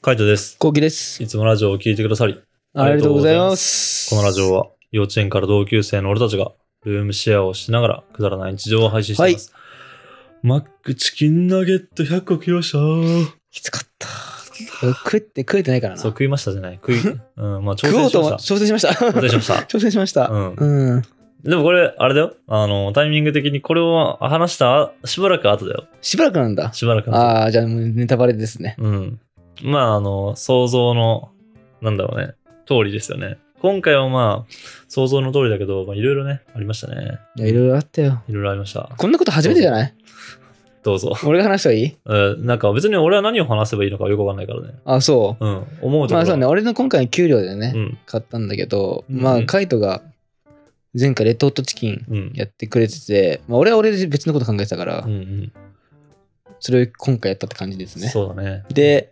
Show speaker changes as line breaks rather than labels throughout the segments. カイトです。
こうきです。
いつもラジオを聞いてくださり、
ありがとうございますす。
このラジオは幼稚園から同級生の俺たちがルームシェアをしながらくだらない日常を配信しています。マックチキンナゲット100個食いました
きつかった。俺食って、食えてないからな。
そう、
食
食いましたじゃない。 食い、うん、まあ挑
お
戦
う
し
と
ま
思
した。
挑戦しました。
挑戦しました。
挑戦しま した。
うん
うん。
でもこれ、あれだよ。あの、タイミング的にこれを話したしばらく後だよ。
しばらくなんだ。
しばらく後。
ああ、じゃあもうネタバレですね。
うん。まあ、あの、想像の、なんだろうね、通りですよね。今回はまあ、想像の通りだけど、まあ、いろいろね、ありましたね。
いやいろいろあったよ。
いろいろありました。
こんなこと初めてじゃない
どうぞ。
俺が話した方がいい
えーなんか別に俺は何を話せばいいのかよくわかんないからね。
あそ
うん。思う
う。
ところ
ま
は
あそうね、俺の今回の給料でね、
うん。
買ったんだけど、
うん
まあカイトが前回レトルトチキン
うん。
やってくれてて、まあ俺は俺で別のこと考えてたから
うん、うん。
それを今回やったって感じですね。
そうだね。
で、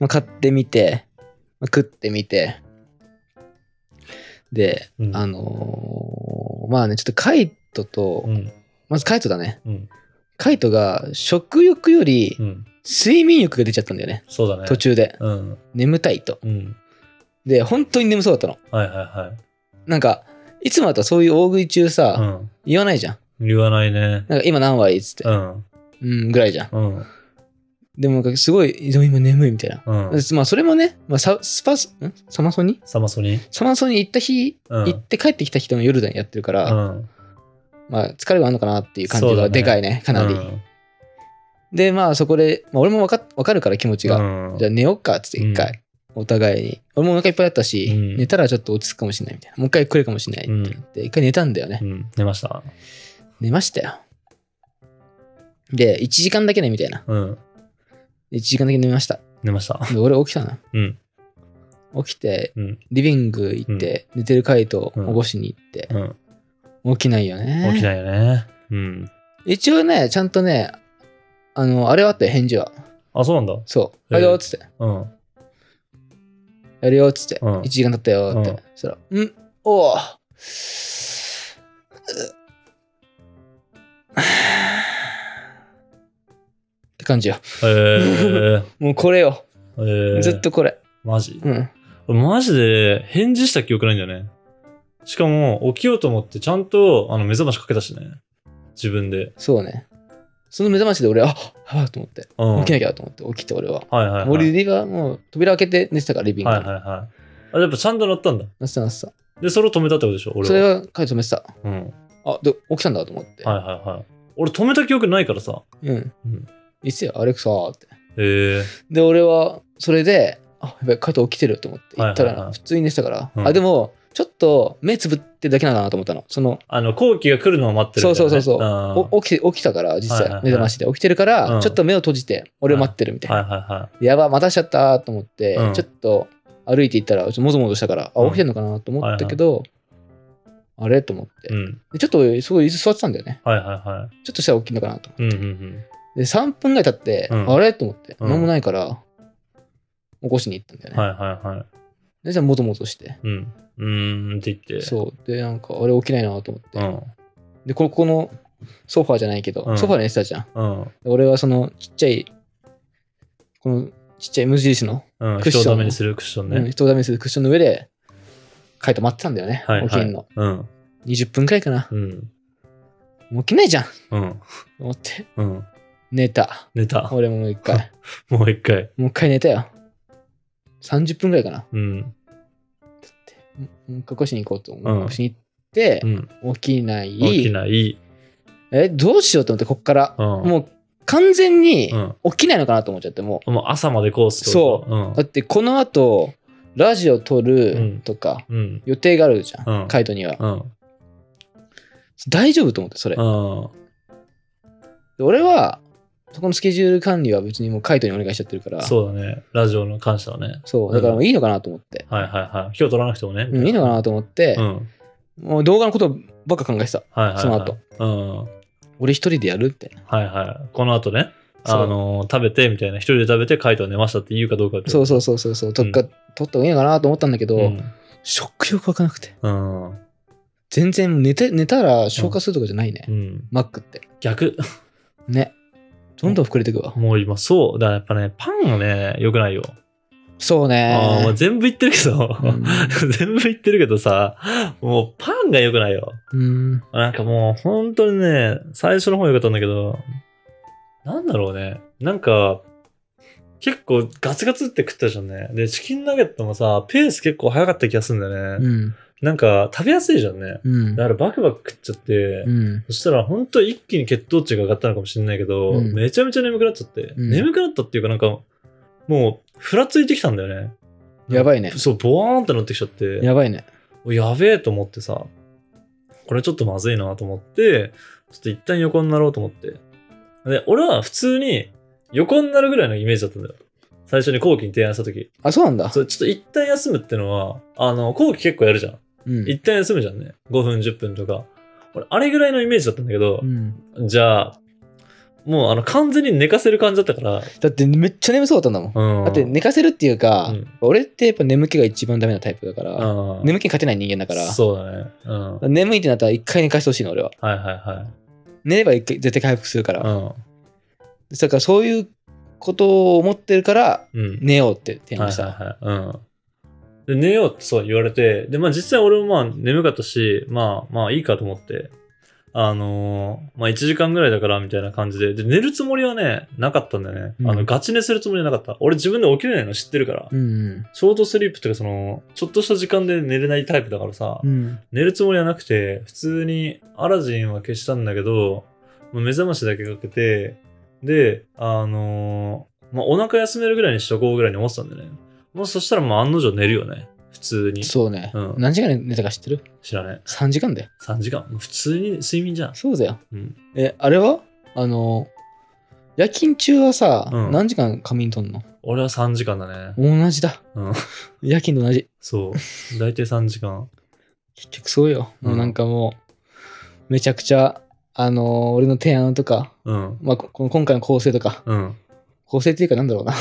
まあ、買ってみて、まあ、食ってみて、で、
うん
あのーまあね、ちょっとカイトと、
うん。
まずカイトだね。
うん。
カイトが食欲より
うん。
睡眠欲が出ちゃったんだよね、
そうだね。
途。中で。
うん。
眠たいと。
うん。
で、本当に眠そうだったの。
はいは
なんか、いつもだとそういう大食い中
いは
さ、
い。うん。
言わないじゃん。
言わないね。
なんか今何割っつって
う、ん。
うん、ぐらいじゃん。
うん。
でもなんかすごい、でも今眠いみたいな。
うん。
まあそれもね、まあ、サスパス、んサマソニ
サマソニ
サマソニ行った日
うん。
行って帰ってきた人の夜だやってるか
う
ら、
ん。
まあ疲れはあるのかなっていう感
そ
じ
うだね
がでかいねかなり、
うん
でまあそこで、まあ、俺もわかわかるから気持ちが、
うん
じゃあ寝ようかっつって一回、お互いに俺もお腹いっぱいだったし、
うん
寝たらちょっと落ち着くかもしれないみたいなもう一回来るかもしれないって言って、一回寝たんだよね、
うん。寝ました。
寝ましたよで1時間だけねみたいな
うん。
1時間だけ寝ました
寝ました。
で俺起きたな
うん。
起きて
うん。
リビング行って、寝てるカイト起こしに行って、
うん。
起きないよね
起きないよね。うん。
一応ね、ちゃんとね、あの、あれはあったよ、返事は。
あ、そうなんだ。
そう。
へえ
やるよ、っつって。
うん。
やるよ、っつって。
うん
1時間経ったよ、っ
うん
て。そしたら、んおぉ。って感じよ。
へ え。
もうこれよ。
えー
ずっ。とこれ。
マジ
うん。
俺マジで返事した記憶ないんだよね。しかも、起きようと思って、ちゃんと、あの、目覚ましかけたしね。自分で。
そうね。その目覚ましで俺、あはぁと思って。
うん。
起きなきゃと思って、起きて俺は。
はいはいはい。
俺リはもう扉開けて寝てたから、リビング
は
に。
いはいはい。あ、やっぱちゃんと鳴ったんだ。
なってたなってた。
で、それを止めたってことでしょ、俺は。
それは書いて止めてた。
うん。はい
あ、で、起きたんだと思って。
はいはい。俺止めた記憶ないからさ。
うん。
うん。
いつよ、アレクサーって。
へえ。
で、俺は、それで、あ、やばい、カイト起きてると思って、行った
はいはいは
ら、
い
普通に寝てたから、
うん
あ、でも、ちょっと目つぶってるだけなのかなと思ったの。その、
あの、後期が来るのを待ってる
そ
み
う
たい
そ
な
う
ね、
そう
ん
そう、お起きて、起きたから、実
は
際、
いはいはい
目覚ましで起きてるか
う
ら、
ん
ちょっと目を閉じて、俺を待ってるみたいな。
はいはいはい。
やば、待たしちゃったと思って、
うん
ちょっと歩いて行ったら、ちょっともぞもぞしたから、あ、
うん
起きてんのかなと思ったけど、あれと思って、
うん。
でちょっとすごい椅子座ってたんだよね。
はいはいは
ちょっとしたら起きるのかなと。
い。うんうんうん。
で、3分ぐらい経って、
うん
あれと思って、
うん
何もないから、起こしに行ったんだよね。
はいはいはい。
で、じゃあ、もともとして。
うん。うーんって言って。
そう。で、なんか、あれ起きないなと思って。
うん。
で、ここのソファーじゃないけど、
うん
ソファーで寝てたじゃん。
うん。
で俺はその、ちっちゃい、このちっちゃい無印の、
うん。
クッション
人をダメにするクッションね。
うん人をダメにするクッションの上で、カイト待ってたんだよね。
はいはい
起きんの。
うん。
20分くらいかな。
うん。
もう起きないじゃんと
うん。
思って、
うん。
寝た。
寝た。
俺もう一回。
もう一回。
もう一回寝たよ。30分くらいかな。
うん。
もう一回起こしに行こうと思
う
う。
ん
起こしに行って
う、ん。
起きない。
起きない。
え、どうしようと思って、こっから。
うん。
もう完全に
うん
起きないのかなと思っちゃって、も
う、もう朝までコースう。
う。だってこの後、ラジオ撮
うん
るとか、
うん。うん。
予定があるじゃん、
うん
カイトには。
うん。
大丈夫と思って、それ。
うん。
で俺は、そこのスケジュール管理は別にもうカイトにお願いしちゃってるから、そう。
そうだね。ラジオの感謝だね。
だからも
ん
ういいのかなと思って。
はいはいはい。今日撮らなくてもね。
うんいいのかなと思って、
うん。
もう動画のことばっか考えてた。
はいはいはい。
その後。
うん。
俺一人でやるみたいな。
はいはい。この後ね。
そう
あのー、食べてみたいな。一人で食べて、カイトは寝ましたって言うかどうかって
そうそうそうそうそう、とっか、撮った方がいいのかなと思ったんだけど、
うん。
食欲湧かなくて。
うん。
全然寝て、寝たら消化するとかじゃないね。
うん。
マックって。
逆。
ね。どんどん膨れてくわ。
もう今、そう。だからやっぱね、パンはね、良くないよ。
そうね。
あーまあ全部言ってるけど、 全部言ってるけどさ、もうパンが良くないよ。
うん。うん
なんかもう本当にね、最初の方良かったんだけど、なんだろうね。なんか、結構ガツガツって食ったじゃんね。で、チキンナゲットもさ、ペース結構早かった気がするんだよね。
うん。
なんか食べやすいじゃんね。
うん
だ。からバクバク食っちゃって、
うん。
そしたら本当一気に血糖値が上がったのかもしれないけど、
うん
めちゃめちゃ眠くなっちゃって、
うん
眠くなったっていうかなんか、もうふらついてきたんだよね。
やばいね。
そう、ボワーンってなってきちゃって。
やばいね。
おやべえと思ってさ、これちょっとまずいなと思って、ちょっと一旦横になろうと思って。で、俺は普通に横になるぐらいのイメージだったんだよ。最初に後期に提案した時。
あ、そうなんだ。
そう、ちょっと一旦休むってのは、あの、後期結構やるじゃん。
うん。
一旦休むじゃんね。5分、10分とか。俺、あれぐらいのイメージだったんだけど
う、ん
じゃあ、もうあの、完全に寝かせる感じだったから、
だってめっちゃ眠そうだったんだもん。
うん。
だって寝かせるっていうか
うん、
俺ってやっぱ眠気が一番ダメなタイプだか
う
ら、
ん、
眠気に勝てない人間だから、
そうだね。うん。はい
眠いってなったら一回寝かしてほしいの、俺は。
はいはい。
寝れば一回絶対回復するから。
うん。
だからそういうことを思ってるから、
うん。
寝ようって提案した。
はいはいはい。うん。で、寝ようってそう言われて、で、まあ実際俺もまあ眠かったし、まあまあいいかと思って、あのーまあ1時間ぐらいだからみたいな感じで、で、寝るつもりはね、なかったんだよね。
うん
あの、ガチ寝するつもりはなかった。俺自分で起きれないの知ってるから。
うん。
ショートスリープっていうかその、ちょっとした時間で寝れないタイプだからさ、
うん。
寝るつもりはなくて、普通にアラジンは消したんだけど、まあ目覚ましだけかけて、で、あのーまあ、お腹休めるぐらいにしとこうぐらいに思ってたんだよね。もうそしたらもう案の定寝るよね。普通に。
そうね
うん。
何時間寝たか知ってる
知らない。
?3 時間だよ。
3時間。もう普通に睡眠じゃん。
そうだよ。
うん。
え、あれはあの、夜勤中はさ、
うん
何時間仮眠とんの
俺は3時間だね。
同じだ。
うん。
夜勤と同じ。
そう。大体3時間。
結局そうよ。もうなんかもう、めちゃくちゃ、あの俺の提案とか、
うん。
まあ、ここの今回の構成とか、
うん。
構成っていうかなんだろう な。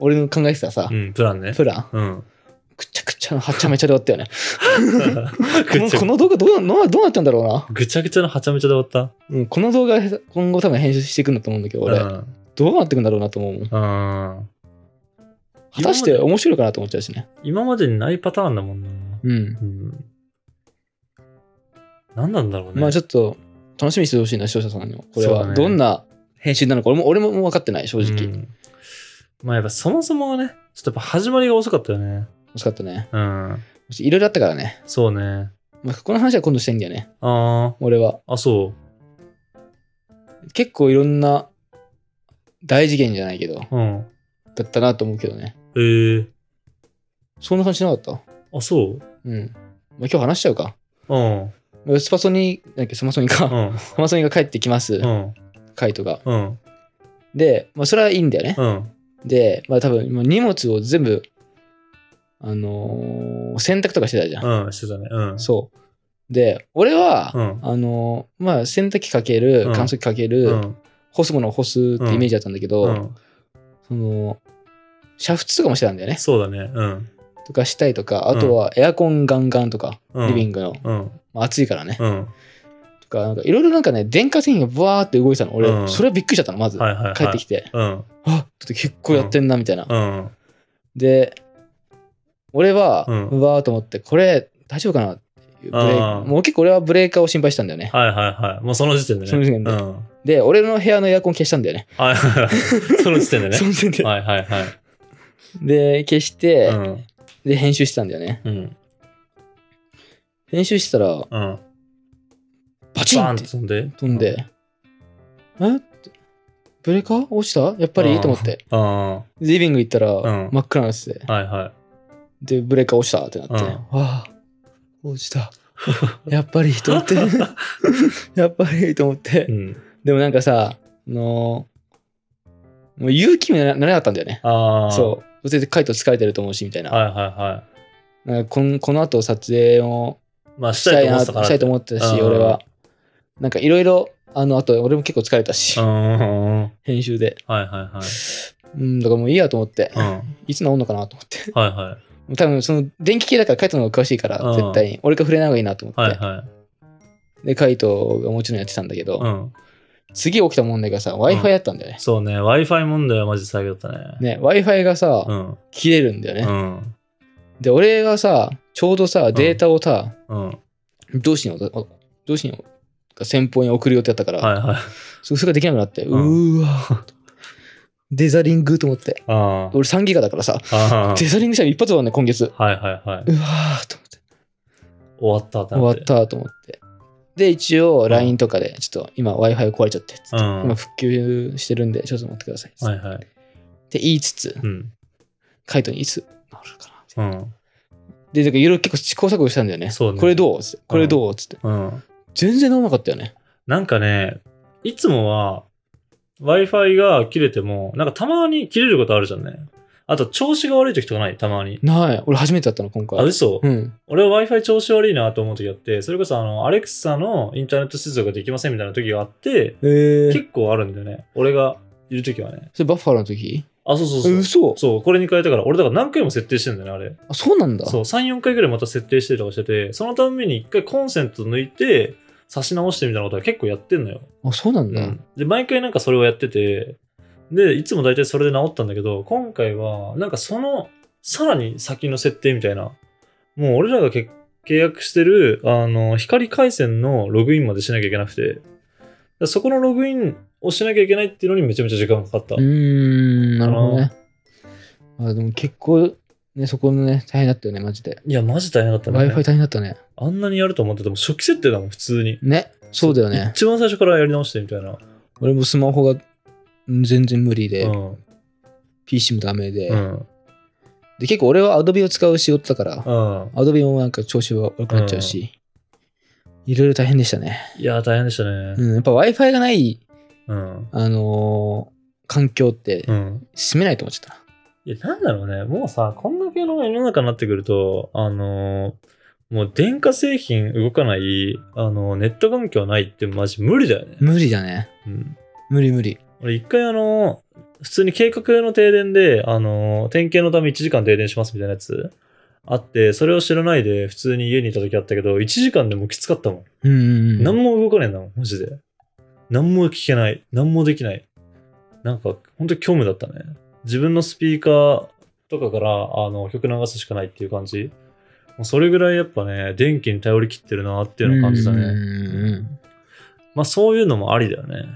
俺の考えてたさ
う、ん。プランね。
プラン、
うん。
くちゃくちゃのはちゃめちゃで終わ ったよね。こ
ぐ
の
ちゃ
この動画どうなどうなったんだろうな。
ぐちゃぐちゃのはちゃめちゃで終わった。
うん、この動画、今後多分編集していくんだと思うんだけど、俺、
うん。
どうなっていくんだろうなと思うもん。
うん。
果たして面白いかなと思っちゃうしね。
今までにないパターンだもんな。
うん。
うん。何なんだろうね。
まあちょっと、楽しみにしてほしいな、視聴者さんにも。これ
そうだ
は、
ね
どんな編集なのか、俺も、俺ももう分かってない、正
う
直。
んまあやっぱそもそもはね、ちょっとやっぱ始まりが遅かったよね。
惜しかったね。
うん。
いろいろあったからね。
そうね。
まあ、この話は今度したいんだよね、
あ
俺は。
あ、あ、そ
結構いろんな大事件じゃないけど、
う。うん。
だったなと思うけどね。
ええ
そんな感じしなかった
あ、そう。
うん。まあ、今日話しちゃうか。
うん。
スパソニー、なんだっけ、スマソニー
う
か。
ん。
スマソニーが帰ってきます
う、ん。
回とか。
うん。
で、まあ、それはいいんだよね。
うん。
で、まあ、多分、もう荷物を全部、あのー洗濯とかしてたじゃん。
うん。してたね。うん。
そう。で、俺は、
うん。
あのーまあ、洗濯機かけ
う
る、
ん
乾燥機かけ
う
る、
ん。
干すものを干すってイメージだったんだけど、
うん。
その、煮沸とかもしてたんだよね。
そうだね。うん。
とかしたいとか、あとはエアコンガンガンとか、
うん
リビングの、
うん。
まあ、暑いからね。
うん。
とか、なんかいろいろなんかね、電化製品がブワーって動いてたの。俺、
うん
それはびっくりしちゃったの、まず。
はいはいはい。
帰ってきて、
うん。
あっって結構やってんな、みたいな。
うん。
で、俺は、
う
うんわーと思って、これ、大丈夫かなっていうブレ
あ
ー
ー
もう結構俺はブレーカーを心配したんだよね。
はいはいはい。もうその時点でね。
その時点で
うん。
で、俺の部屋のエアコン消したんだよね。
はいはいはい。その時点でね
そ。の時点で。
はいはいはい。
で、消して、
うん。
で、編集してたんだよね。
うん。
編集してたら、
うん。
バチン
バー
っ
ン
て
と飛んで。
飛んで、えってブレーカー落ちたやっぱり
うん
と思って。
うん。あ
リビング行ったら、
うん
真っ暗になってて、
あ、はいはい。
で、ブレーカー落ちたってなって、
うん
わあ、落ちた。 やっぱりと思 って、やっぱりと思って。
うん。
でもなんかさ、あのーもう勇気にななれなかったんだよね。
ああ。
そう。それでカイト疲れてると思うし、みたいな。
はいはいは
なんかこんこの後撮影を
い。まあ、し
したた
い
い
と思
な、
っ
した
から。
たいと思ってたし、
うん
俺は。なんかいろいろ、あの、あと俺も結構疲れたし、
うん。はい
編集で。
はいはい。
うん、だからもういいやと思って、
うん。
いつ治んのかなと思って。
はいはい。
もう多分その電気系だからカイトの方が詳しいから、
うん
絶対に。俺が触れない方がいいなと思って。
はいはい。
で、カイトがもちろんやってたんだけど、
うん。
次起きた問題がさ、Wi-Fi やったんだよね。
そうね、Wi-Fi 問題はマジ最悪だったね。
ね、Wi-Fi がさ、
うん。
切れるんだよね。
うん。
で、俺がさ、ちょうどさ、データをさ、
うん。
上司にお、お上司にが先方に送る予定だったから、
はいはい。
そそれができなくなって、う
うん
ーわ、デザリングと思って。
あー
俺3ギガだからさ、
あ
デ
ー。
ザリングしたら一発終わんね、今月。
はいはいはい。
うわーと思って、
終わったって
終
な
わ
っ。
ってたと思って。で、一応 LINE とかで、ちょっと今 Wi-Fi 壊れちゃって、つって
うん
今復旧してるんで、ちょっと待ってください。つっ
は
て
いはい。
で、言いつつ、
うん。
カイトにいつなるかなって。
うん。
で、だからいろいろ結構試行錯誤したんだよね。
そうね
これどうつってこれどうつって。
うん。
全然治らなかったよね。
なんかね、いつもは Wi-Fi が切れても、なんかたまに切れることあるじゃんね。あと調子が悪い時とかないたまに。
ない。俺初めてだったの、今回。
あ、嘘、
うん。
俺は Wi-Fi 調子悪いなと思う時あって、それこそあの、アレクサのインターネット接続ができませんみたいな時があって、
えー、
結構あるんだよね。俺がいる時はね。
それバッファローの時
あ、そうそう
え
そう。
嘘
そう、これに変えたから、俺だから何回も設定してんだよね、あれ。
あ、そうなんだ。
そう、3、4回ぐらいまた設定してとかしてて、そのたんびに1回コンセント抜いて、差し直してみたいなことは結構やってんのよ。
あ、そうなんだ。
で、毎回なんかそれをやってて、で、いつも大体それで治ったんだけど、今回は、なんかその、さらに先の設定みたいな、もう俺らがけ契約してる、あの、光回線のログインまでしなきゃいけなくて、だからそこのログインをしなきゃいけないっていうのにめちゃめちゃ時間かかった。
うーん、なるほどね。あでも結構、ね、そこのね、大変だったよね、マジで。
いや、マジ大変だったね。
Wi-Fi 大変だったね。
あんなにやると思ってても、初期設定だもん、普通に。
ね、そうだよね。
一番最初からやり直してみたいな。
俺もスマホがうん全然無理で、
うん。
PC もダメで、
うん。
で、結構俺は Adobe を使う仕事だから、
うん。
Adobe もなんか調子が悪くなっちゃうし、いろいろ大変でしたね。
いや、大変でしたね。
うん、やっぱ Wi-Fi がない、
うん。
あのー環境って
うん。
住めないと思っちゃったな。
いや、なんだろうね。もうさ、こんだけの世の中になってくると、あのーもう電化製品動かない、あのーネット環境ないってマジ無理だよね。
無理だね。
うん。
無理無理。
俺一回あのー普通に計画の停電で、あのー点検のため1時間停電しますみたいなやつあって、それを知らないで普通に家にいた時あったけど、1時間でもきつかったもん。
うんうんうん。
何も動かねえんだもん、マジで。何も聞けない。何もできない。なんか、本当に虚無だったね。自分のスピーカーとかからあの曲流すしかないっていう感じ。もうそれぐらいやっぱね、電気に頼りきってるなっていうのを感じた
うん
ね。
うんうん
まあそういうのもありだよね。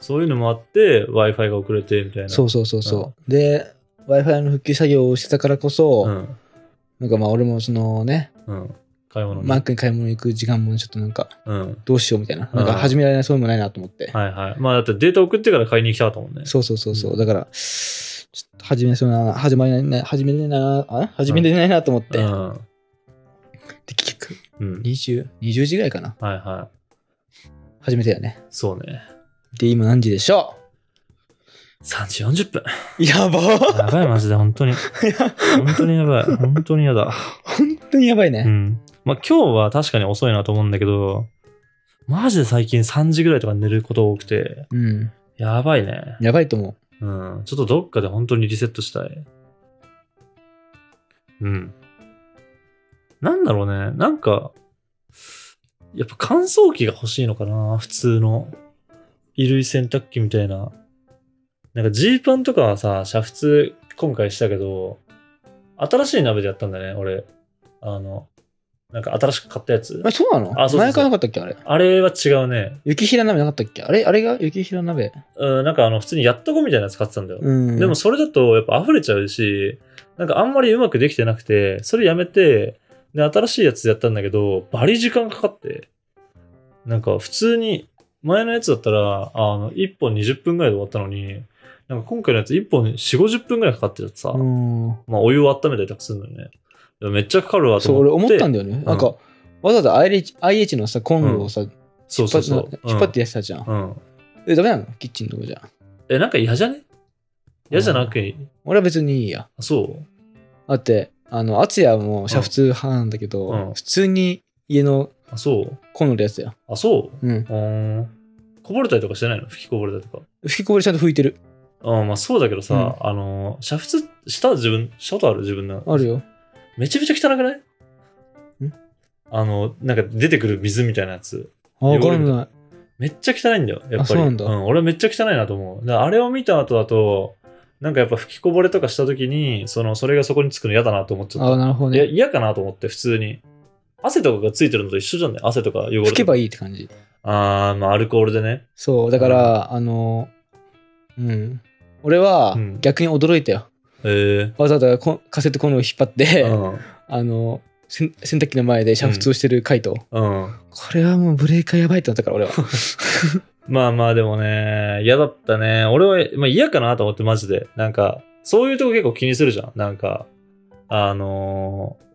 そういうのもあって、Wi-Fi が遅れてみたいな。
そううそうそうそう。で、Wi-Fi の復旧作業をしてたからこそ、
ん。
なんかまあ俺もそのね、
うん。買い物に。
マークに買い物行く時間もちょっとなんか
うん。
どうしようみたいな。
うん
なんか始められないそういうのもないなと思って。
はいはい。まあだってデータ送ってから買いに行きたかったもんね。
そうそうそうそうう。
ん
だから、ちょっと始めそうな、始まりない、始めれないな、あ始めれないなと思って。で、
ん。
結局、
うん。
20、20時ぐらいかな。
はいは
始めたよね
い。。そうね。
で、今何時でしょ
3時40分。
うやば
やばい、マジで、本当に。本当にやばい。本当にやだ。
本当にやばいうね。
ん。まあ、今日は確かに遅いなと思うんだけど、マジで最近3時ぐらいとか寝ること多くて、
うん。
やばいね。
やばいと思
うん。ちょっとどっかで本当にリセットしたい。うん。なんだろうね。なんか、やっぱ乾燥機が欲しいのかな。普通の。衣類洗濯機みたいな。なんかジーパンとかはさ、煮沸今回したけど、新しい鍋でやったんだね、俺。あの、なんか新しく買ったやつ
う。あ、。そうなの
あそうそうそう
前からなかったっけあれ。
あれは違うね。
雪平鍋なかったっけあれあれが雪平鍋。
うん、なんかあの、普通にやっとこみたいなやつ買ってたんだよ。
うん。
でも、それだとやっぱ溢れちゃうし、なんかあんまりうまくできてなくて、それやめて、で、新しいやつやったんだけど、バリ時間かかって、なんか普通に、前のやつだったら、あの、1本20分ぐらいで終わったのに、なんか今回のやつ1本4、50分ぐらいかかってたさ、
うん。
まあお湯を温めたりとかするのよね。でもめっちゃかかるわと
そう、
思って。
俺思ったん
だ
だよね。なんか、わざわざ IH, IH のさ、コンロをさ、
そうそうそう。
引っ張って
や
やってたじゃん。
うん。
え、ダメなのキッチンのとこじゃん。
え、なんか嫌じゃね嫌じゃなくて、
俺は別にいいや。
あそう。
だって、あの、敦也も煮沸派なんだけど、
うん
普通に家の
あ、そう。
コンロでやつだよ。
あ、そう。
うん。
うーんこぼれたりとかしてないの吹きこぼれたりとか。
吹きこぼれちゃんと拭いてる。
あーまあそうだけどさ、あのー、煮沸した自分、したことある自分の。
あるよ。
めちゃめちゃ汚くないあの、なんか出てくる水みたいなやつ。
あ、わかんない。
めっちゃ汚いんだよ、や
あ
っぱ
そう
り。
なんだ
俺めっちゃ汚いなと思う。だからあれを見た後だと、なんかやっぱ吹きこぼれとかした時に、その、それがそこにつくの嫌だなと思っちゃ
あ
っ
あ、なるほど
た。いや、
ね。
嫌かなと思って、普通に。汗とかがついてるのと一緒じゃんね。汗とか汚れとか。
拭けばいいって感じ。
あー、まあアルコールでね。
そう、だから、あの、うん。俺は
うん
逆に驚いたよ。
え
わざわざこカセットコンロを引っ張っ
え
て、
ー。
あの、せん洗濯機の前で煮沸をしてるカイト。こ
うん。うん。
れはもうブレーカーやばいってなったから、俺 は。
まあまあでもね、嫌だったね。俺は、まあ、嫌かなと思ってマジで。なんか、そういうとこ結構気にするじゃん。なんか、あのー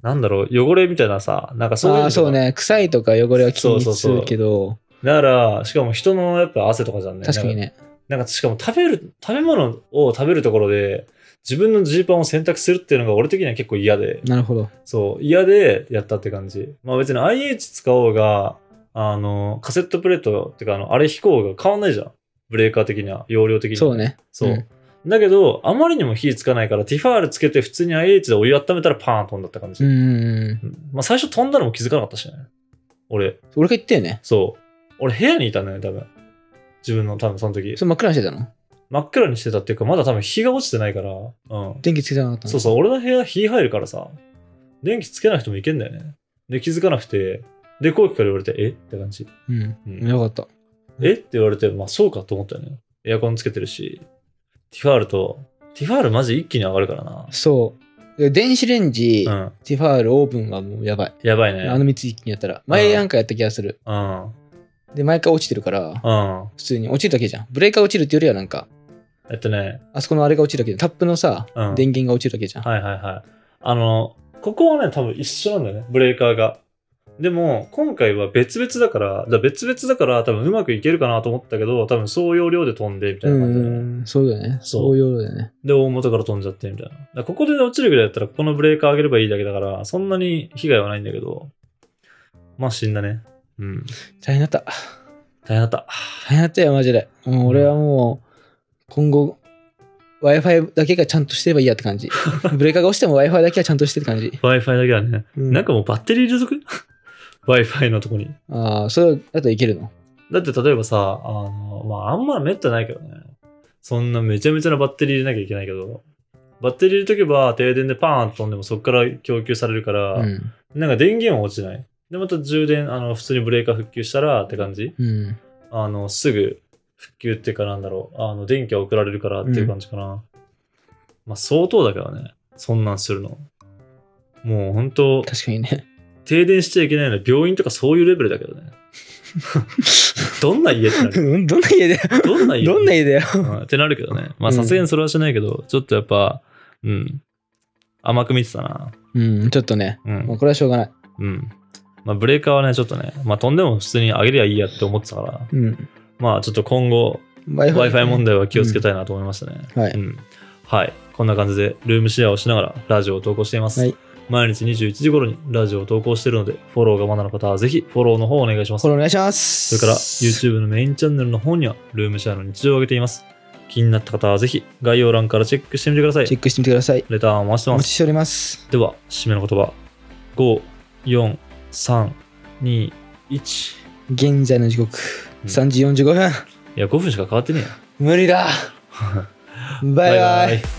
なんだろう、汚れみたいなさ、なんかそういう
あ
の
あ、
とか
そうね。臭いとか汚れは気に
そう
す
そうそ
る
う
けど、
だから、しかも人のやっぱ汗とかじゃんね。
確かにね。
なんか。なんかしかも食べる、食べ物を食べるところで、自分のジーパンを選択するっていうのが俺的には結構嫌で、
なるほど。
そう、嫌でやったって感じ。まあ別に IH 使おうが、あの、カセットプレートっていうか、あの、あれ引こうが変わんないじゃん。ブレーカー的には、容量的には。
そうね。
そう。
うん
だけど、あまりにも火つかないから、ティファールつけて普通に IH でお湯温めたらパーン飛んだった感じ。
うんうんうん。
うんまあ最初飛んだのも気づかなかったしね。俺、
俺が言ったよね。
そう。俺部屋にいたのよ、多分。自分の多分その時。
それ真っ暗にしてたの
真っ暗にしてたっていうか、まだ多分日が落ちてないから。うん。
電気つけてなかったの
そうそう、俺の部屋火入るからさ、電気つけなくてもいけんだよね。で、気づかなくて、で、後期から言われて、えって感じ。
う。
うん
ん。よかった。うん
えって言われて、まあそうかと思ったよね。エアコンつけてるし、ティファールと、ティファールマジ一気に上がるからな。
そう。で電子レンジ、
うん。
ティファール、オーブンはもうやばい。
やばいね。
あの3つ一気にやったら。前なんかやった気がする。
うん。
で、毎回落ちてるから、
うん。
普通に落ちるだけじゃん。ブレーカー落ちるっていうよりはなんか、
えっとね、
あそこのあれが落ちるだけじゃん。タップのさ、
うん
電源が落ちるだけじゃん。
はいはいはい。あの、ここはね、多分一緒なんだよね、ブレーカーが。でも、今回は別々だから、だから別々だから多分うまくいけるかなと思ったけど、多分総容量で飛んで、みた
う
いな感じで、ね。
ん、そうだよね。
そう
そういうことだよね。
で、大元から飛んじゃって、みたいな。だからここで落ちるぐらいだったら、ここのブレーカー上げればいいだけだから、そんなに被害はないんだけど、まあ死んだね。うん。
大変だった。
大変だった。
大変だったよ、マジで。もう俺はもう、今後、Wi-Fi だけがちゃんとしてればいいやって感 じ。ブレーカーが落ちても Wi-Fi だけはちゃんとしてる感じ。
Wi-Fi だけはね、
うん
なんかもうバッテリー入れとく ?Wi-Fi のとこに。
ああ、それだといけるの。
だって例えばさ、あの、まあ、あんまめったないけどね。そんなめちゃめちゃなバッテリー入れなきゃいけないけど、バッテリー入れとけば停電でパーンと飛んでもそこから供給されるから、
うん。
なんか電源は落ちない。で、また充電、あの、普通にブレーカー復旧したらって感じ。
うん。
あの、すぐ復旧っていうかなんだろう、あの、電気は送られるからっていう感じかな。まあ、相当だけどね、そんなんするの。もう本当
確かにね。
停電しちゃいけないのは病院とかそういうレベルだけど ね。どんな家ってなる
うんどんな家だよ。
どんな家
どんな家だよ。
うんってなるけどね。まあ、
うん
さすがにそれはしないけど、ちょっとやっぱ、うん。甘く見てたな。
うん、ちょっとね。
う。
もうんこれはしょうがない。
うん。まあ、ブレーカーはね、ちょっとね、まあ、飛んでも普通に上げりゃいいやって思ってたから、
うん。
まあ、ちょっと今後、
Wi-Fi
Wi-Fi 問題は気をつけたいなと思いましたね。
は
う
い。
ん。はい。こんな感じで、ルームシェアをしながらラジオを投稿しています。
はい
毎日21時頃にラジオを投稿しているので、フォローがまだの方はぜひフォローの方をお願いします
こ。れお願いします。
それから YouTube のメインチャンネルの方にはルームシェアの日常を上げています。気になった方はぜひ概要欄からチェックしてみてくださ
チェ
い。
ックしてみてください。
レターを回して
お
ま
待ち
す。
しております。
では、締めの言葉。5、4、3、2、1。
現在の時刻、
うん
3時45分。
いや、5分しか変わってねえや。
無理だ。バイバイ。
イ。